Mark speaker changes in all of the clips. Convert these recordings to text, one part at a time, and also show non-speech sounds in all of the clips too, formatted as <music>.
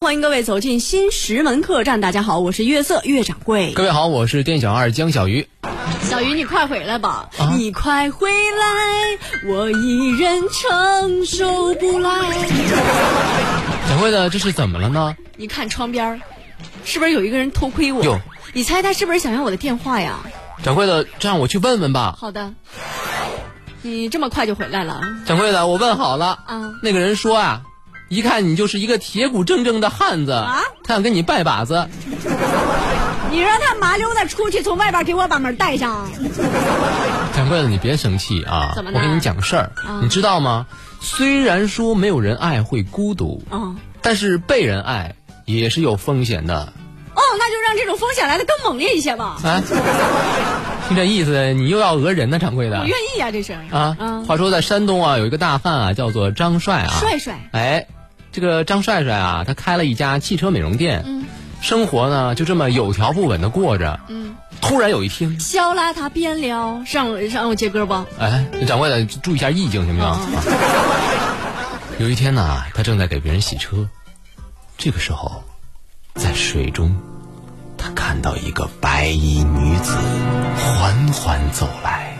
Speaker 1: 欢迎各位走进新石门客栈。大家好，我是月色月掌柜。
Speaker 2: 各位好，我是店小二江小鱼。
Speaker 1: 小鱼，你快回来吧！啊你快回来，我一人承受不来。
Speaker 2: 掌柜的，这是怎么了呢？
Speaker 1: 你看窗边儿，是不是有一个人偷窥我
Speaker 2: 有？
Speaker 1: 你猜他是不是想要我的电话呀？
Speaker 2: 掌柜的，这样我去问问吧。
Speaker 1: 好的，你这么快就回来了？
Speaker 2: 掌柜的，我问好了。
Speaker 1: 啊
Speaker 2: 那个人说啊，一看你就是一个铁骨铮铮的汉子，
Speaker 1: 啊
Speaker 2: 他想跟你拜把子。
Speaker 1: 你让他麻溜达出去，从外边给我把门带上。
Speaker 2: 掌柜的，你别生气啊！
Speaker 1: 怎么呢
Speaker 2: 我跟你讲事儿、
Speaker 1: 啊
Speaker 2: 你知道吗？虽然说没有人爱会孤独，
Speaker 1: 嗯，
Speaker 2: 但是被人爱也是有风险的。
Speaker 1: 哦，那就让这种风险来的更猛烈一些吧。
Speaker 2: 哎， <laughs> 听这意思，你又要讹人呢，掌柜的
Speaker 1: 我愿意呀、这是
Speaker 2: 啊、
Speaker 1: 嗯，
Speaker 2: 话说在山东啊，有一个大汉啊，叫做张帅啊。
Speaker 1: 帅帅，
Speaker 2: 哎，这个张帅帅啊，他开了一家汽车美容店，
Speaker 1: 嗯
Speaker 2: 生活呢就这么有条不紊的过着。
Speaker 1: 嗯，
Speaker 2: 突然有一天，
Speaker 1: 消拉他变了，上我上我接歌不？
Speaker 2: 哎，掌柜的注意一下意境行不行？
Speaker 1: 嗯哦
Speaker 2: <laughs> 有一天呢、他正在给别人洗车，这个时候，在水中，他看到一个白衣女子缓缓走来。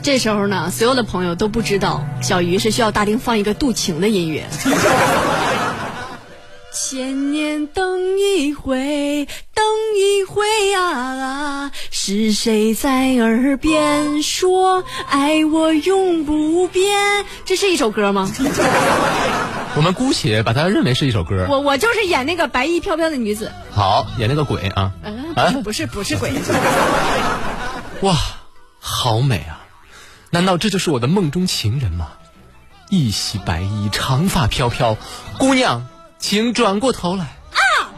Speaker 1: 这时候呢，所有的朋友都不知道，小鱼是需要大丁放一个渡情的音乐。千年等一回，等一回啊！是谁在耳边说爱我永不变？这是一首歌吗？
Speaker 2: 我们姑且把它认为是一首歌。
Speaker 1: 我我就是演那个白衣飘飘的女子。
Speaker 2: 好，演那个鬼啊！
Speaker 1: 嗯、
Speaker 2: 啊
Speaker 1: 不是不是鬼，
Speaker 2: 哇，好美啊！难道这就是我的梦中情人吗？一袭白衣，长发飘飘，姑娘，请转过头来。啊！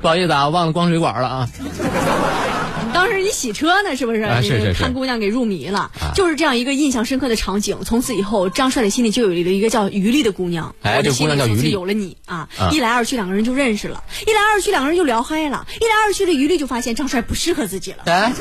Speaker 2: 不好意思啊，忘了光水管了啊。
Speaker 1: 你当时你洗车呢，是不是？
Speaker 2: 啊是啊
Speaker 1: 你
Speaker 2: 是是
Speaker 1: 看姑娘给入迷了，就是这样一个印象深刻的场景。从此以后，张帅的心里就有了一个叫于丽的姑娘，我
Speaker 2: 哎
Speaker 1: 的
Speaker 2: 这姑
Speaker 1: 心里
Speaker 2: 娘叫
Speaker 1: 从
Speaker 2: 于
Speaker 1: 此
Speaker 2: 丽
Speaker 1: 有了你啊！
Speaker 2: 啊
Speaker 1: 一来二去，两个人就认识了，一来二去，两个人就聊嗨了，一来二去的于丽就发现张帅不适合自己了。
Speaker 2: 哎，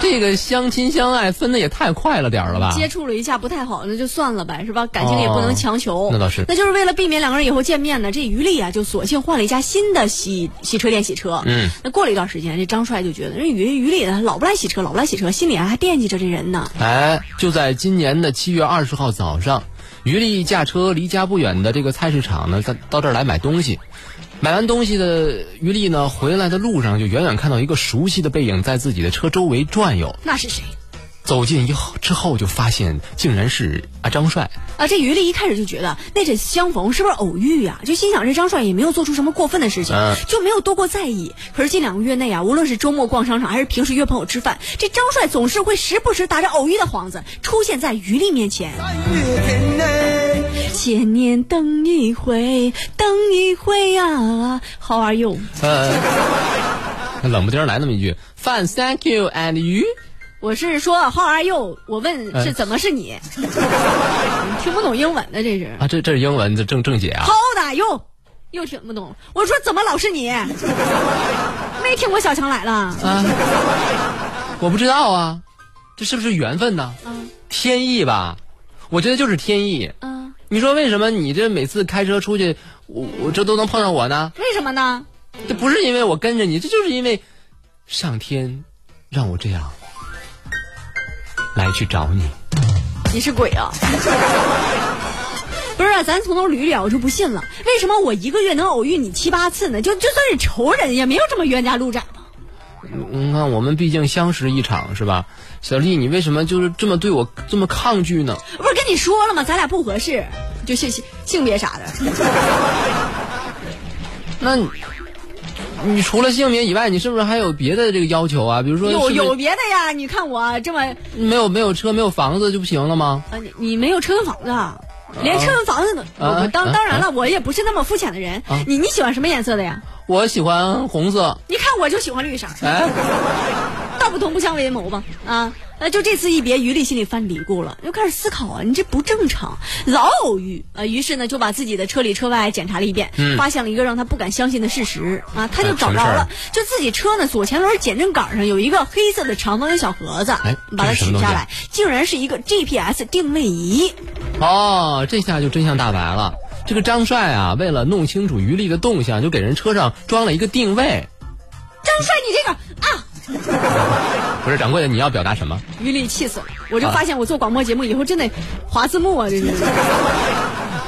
Speaker 2: 这个相亲相爱分的也太快了点儿了吧？
Speaker 1: 接触了一下不太好，那就算了呗，是吧？感情也不能强求。
Speaker 2: 哦那倒是
Speaker 1: 那就是为了避免两个人以后见面呢，这于丽啊就索性换了一家新的洗洗车店洗车。
Speaker 2: 嗯，
Speaker 1: 那过了一段时间，这张帅就觉得这于于丽呢老不来洗车，老不来洗车，心里啊还惦记着这人呢。
Speaker 2: 哎，就在今年的七月二十号早上，于丽驾车离家不远的这个菜市场呢，到到这儿来买东西。买完东西的于丽呢，回来的路上就远远看到一个熟悉的背影在自己的车周围转悠。
Speaker 1: 那是谁？
Speaker 2: 走近以后之后，就发现竟然是啊张帅。
Speaker 1: 啊，这于丽一开始就觉得那阵相逢是不是偶遇呀、就心想这张帅也没有做出什么过分的事情，
Speaker 2: 嗯
Speaker 1: 就没有多过在意。可是近两个月内啊，无论是周末逛商场，还是平时约朋友吃饭，这张帅总是会时不时打着偶遇的幌子出现在于丽面前。千年等一回，等一回呀、h o w are you？
Speaker 2: 呃，冷不丁儿来那么一句饭 thank you and you。
Speaker 1: 我是说 How are you？我问是怎么是 <laughs> 你？你听不懂英文的这是。
Speaker 2: 啊，这这是英文，这正正解啊。
Speaker 1: 好的又又听不懂。我说怎么老是你？没听过小强来了？
Speaker 2: 啊，我不知道啊，这是不是缘分呢？
Speaker 1: 嗯
Speaker 2: 天意吧，我觉得就是天意。
Speaker 1: 嗯，
Speaker 2: 你说为什么你这每次开车出去，我我这都能碰上我呢？
Speaker 1: 为什么呢？
Speaker 2: 这不是因为我跟着你，这就是因为上天让我这样来去找你。
Speaker 1: 你是鬼啊？不是、啊，咱从头捋捋啊，我就不信了。为什么我一个月能偶遇你七八次呢？就就算是仇人，也没有这么冤家路窄吧？
Speaker 2: 你看，嗯我们毕竟相识一场，是吧？小丽，你为什么就是这么对我这么抗拒呢？
Speaker 1: 不是跟你说了吗？咱俩不合适，就性性别啥的。
Speaker 2: 那你你除了性别以外，你是不是还有别的这个要求啊？比如说
Speaker 1: 有
Speaker 2: 是不是
Speaker 1: 有别的呀？你看我这么，
Speaker 2: 没有没有车没有房子就不行了吗？
Speaker 1: 呃，你你没有车跟房子啊，连车跟房子都，我
Speaker 2: 啊
Speaker 1: 我当
Speaker 2: 啊
Speaker 1: 当然了，我也不是那么肤浅的人
Speaker 2: 啊。
Speaker 1: 你你喜欢什么颜色的呀？
Speaker 2: 我喜欢红色，
Speaker 1: 你看我就喜欢绿色，
Speaker 2: 哎，
Speaker 1: 道不同不相为谋吧啊！那就这次一别，于丽心里犯嘀咕了，又开始思考啊，你这不正常，老偶遇啊！于是呢，就把自己的车里车外检查了一遍，
Speaker 2: 嗯
Speaker 1: 发现了一个让他不敢相信的事实啊，他就
Speaker 2: 啊
Speaker 1: 找
Speaker 2: 什么
Speaker 1: 着
Speaker 2: 事儿
Speaker 1: 了，就自己车呢左前轮减震杆上有一个黑色的长方形小盒子，
Speaker 2: 哎
Speaker 1: 你把它
Speaker 2: 这是什
Speaker 1: 取
Speaker 2: 么
Speaker 1: 下
Speaker 2: 东西
Speaker 1: 来，竟然是一个 GPS 定位仪。
Speaker 2: 哦，这下就真相大白了。这个张帅啊，为了弄清楚余力的动向，就给人车上装了一个定位。
Speaker 1: 张帅，你这个啊！
Speaker 2: 不是掌柜的，你要表达什么？
Speaker 1: 余力气死了！我
Speaker 2: 啊
Speaker 1: 就发现我做广播节目以后真得划字幕啊，这是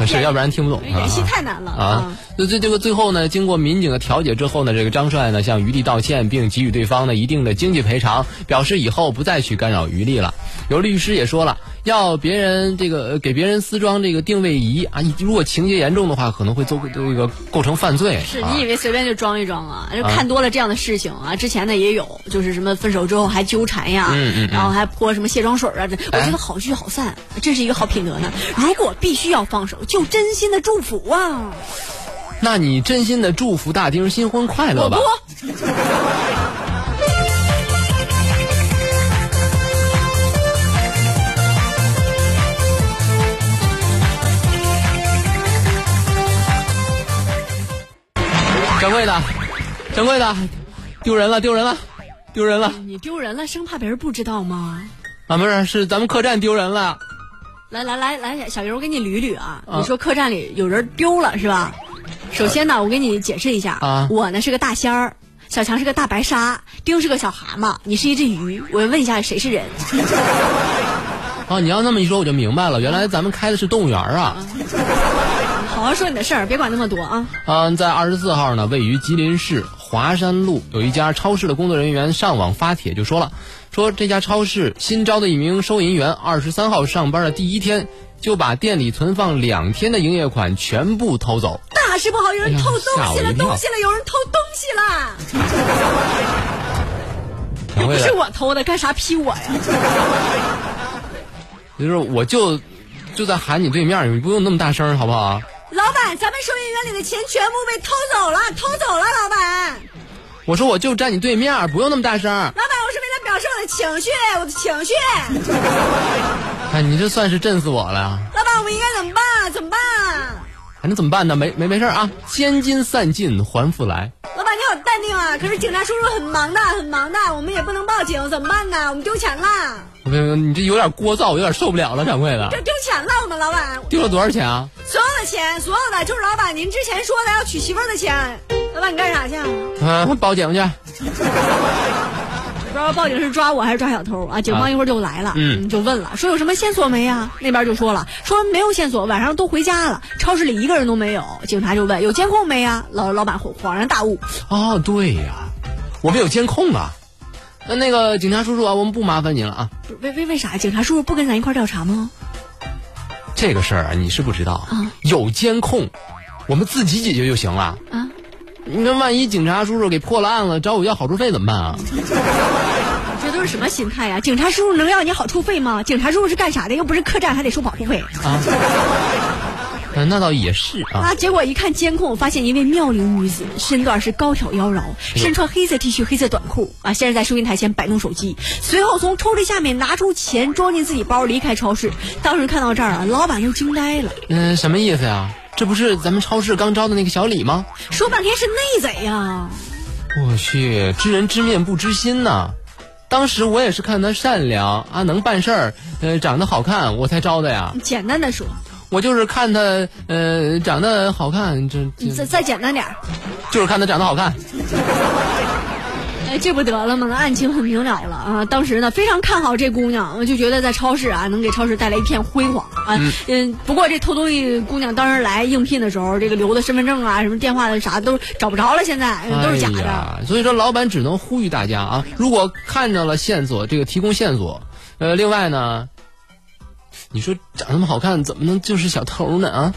Speaker 2: 是，要不然听不懂。
Speaker 1: 演戏太难了嗯
Speaker 2: 啊！那这这个最后呢，经过民警的调解之后呢，这个张帅呢向余力道歉，并给予对方呢一定的经济赔偿，表示以后不再去干扰余力了。有律师也说了，要别人这个呃给别人私装这个定位仪啊，如果情节严重的话，可能会做这个构成犯罪。
Speaker 1: 是
Speaker 2: 啊
Speaker 1: 你以为随便就装一装啊？就看多了这样的事情啊，之前呢也有，就是什么分手之后还纠缠呀，
Speaker 2: 嗯嗯嗯
Speaker 1: 然后还泼什么卸妆水啊，这我
Speaker 2: 哎
Speaker 1: 觉得好聚好散，这是一个好品德呢。如果必须要放手，就真心的祝福啊！
Speaker 2: 那你真心的祝福大丁新婚快乐
Speaker 1: 我
Speaker 2: 吧
Speaker 1: 不。，
Speaker 2: 掌柜的，掌柜的，丢人了，丢人了，丢人了
Speaker 1: 你丢人了，生怕别人不知道吗？
Speaker 2: 啊！不是，是咱们客栈丢人了。
Speaker 1: 来来来来，小刘，我给你捋捋啊。
Speaker 2: 啊
Speaker 1: 你说客栈里有人丢了是吧？首先呢，我给你解释一下
Speaker 2: 啊
Speaker 1: 我呢是个大仙儿，小强是个大白鲨，丁是个小蛤蟆，你是一只鱼。我问一下谁是人？
Speaker 2: 哦，你要那么一说，我就明白了，原来咱们开的是动物园啊。
Speaker 1: 好好说你的事儿，别管那么多啊。
Speaker 2: 嗯，在二十四号呢，位于吉林市华山路有一家超市的工作人员上网发帖就说了，说这家超市新招的一名收银员，二十三号上班的第一天就把店里存放两天的营业款全部偷走。
Speaker 1: 大事不好，有人
Speaker 2: 哎呀
Speaker 1: 偷东
Speaker 2: 吓我
Speaker 1: 西
Speaker 2: 一
Speaker 1: 了，
Speaker 2: 跳
Speaker 1: 东西了，有人偷东西了。又不
Speaker 2: 掌柜
Speaker 1: 是
Speaker 2: 的，
Speaker 1: 我偷的，干啥批我呀？
Speaker 2: 就是我就就在喊你对面，你不用那么大声，好不好？
Speaker 1: 老板，咱们收银员里的钱全部被偷走了，偷走了，老板。
Speaker 2: 我说我就站你对面，不用那么大声。
Speaker 1: 老板，我是为了表示我的情绪，我的情绪。
Speaker 2: 哎，你这算是震死我了，
Speaker 1: 老板，我们应该怎么办？啊怎么办？
Speaker 2: 还能怎么办呢？没没没事啊，千金散尽还复来。
Speaker 1: 老板，你好淡定啊！可是警察叔叔很忙的，很忙的，我们也不能报警，怎么办呢？我们丢钱啦！
Speaker 2: 不不，你这有点聒噪，我有点受不了了，掌柜的
Speaker 1: 这。丢钱了，我们老板，
Speaker 2: 丢了多少钱啊？
Speaker 1: 所有的钱，所有的就是老板您之前说的要娶媳妇儿的钱。老板，你干啥去啊？
Speaker 2: 嗯、报警去。
Speaker 1: 不知道报警是抓我还是抓小偷啊？警
Speaker 2: 啊
Speaker 1: 方一会儿就来了，
Speaker 2: 嗯
Speaker 1: 就问了，说有什么线索没呀、那边就说了，说没有线索，晚上都回家了，超市里一个人都没有。警察就问有监控没呀、老老板恍恍然大悟，
Speaker 2: 哦，对呀，我们有监控啊。那那个警察叔叔啊，我们不麻烦您了啊。
Speaker 1: 不是为为为啥警察叔叔不跟咱一块儿调查吗？
Speaker 2: 这个事儿啊，你是不知道，
Speaker 1: 啊
Speaker 2: 有监控，我们自己解决就行了。
Speaker 1: 啊，
Speaker 2: 那万一警察叔叔给破了案了，找我要好处费怎么办
Speaker 1: <laughs>
Speaker 2: 啊？
Speaker 1: 这都是什么心态呀、警察叔叔能要你好处费吗？警察叔叔是干啥的？又不是客栈，还得收保护费
Speaker 2: 嗯，啊那倒也是啊。
Speaker 1: 啊！结果一看监控，发现一位妙龄女子，身段是高挑妖娆，身穿黑色 T 恤、黑色短裤啊，先是在收银台前摆弄手机，随后从抽屉下面拿出钱装进自己包，离开超市。当时看到这儿啊，老板又惊呆了，
Speaker 2: 嗯、什么意思呀、这不是咱们超市刚招的那个小李吗？
Speaker 1: 说半天是内贼啊呀、
Speaker 2: 我去，知人知面不知心呐、当时我也是看他善良啊，能办事儿，呃，长得好看，我才招的呀。
Speaker 1: 简单的说，
Speaker 2: 我就是看他，呃，长得好看，这
Speaker 1: 你再
Speaker 2: 这
Speaker 1: 再简单点儿，
Speaker 2: 就是看他长得好看。
Speaker 1: 哎，这不得了吗？那案情很明了了啊！当时呢，非常看好这姑娘，我就觉得在超市啊，能给超市带来一片辉煌啊。嗯不过这偷东西姑娘当时来应聘的时候，这个留的身份证啊、什么电话的啥都找不着了，现在嗯都是假
Speaker 2: 哎
Speaker 1: 的。
Speaker 2: 呀，所以说老板只能呼吁大家啊，如果看到了线索，这个提供线索。呃，另外呢，你说长那么好看，怎么能就是小偷呢啊？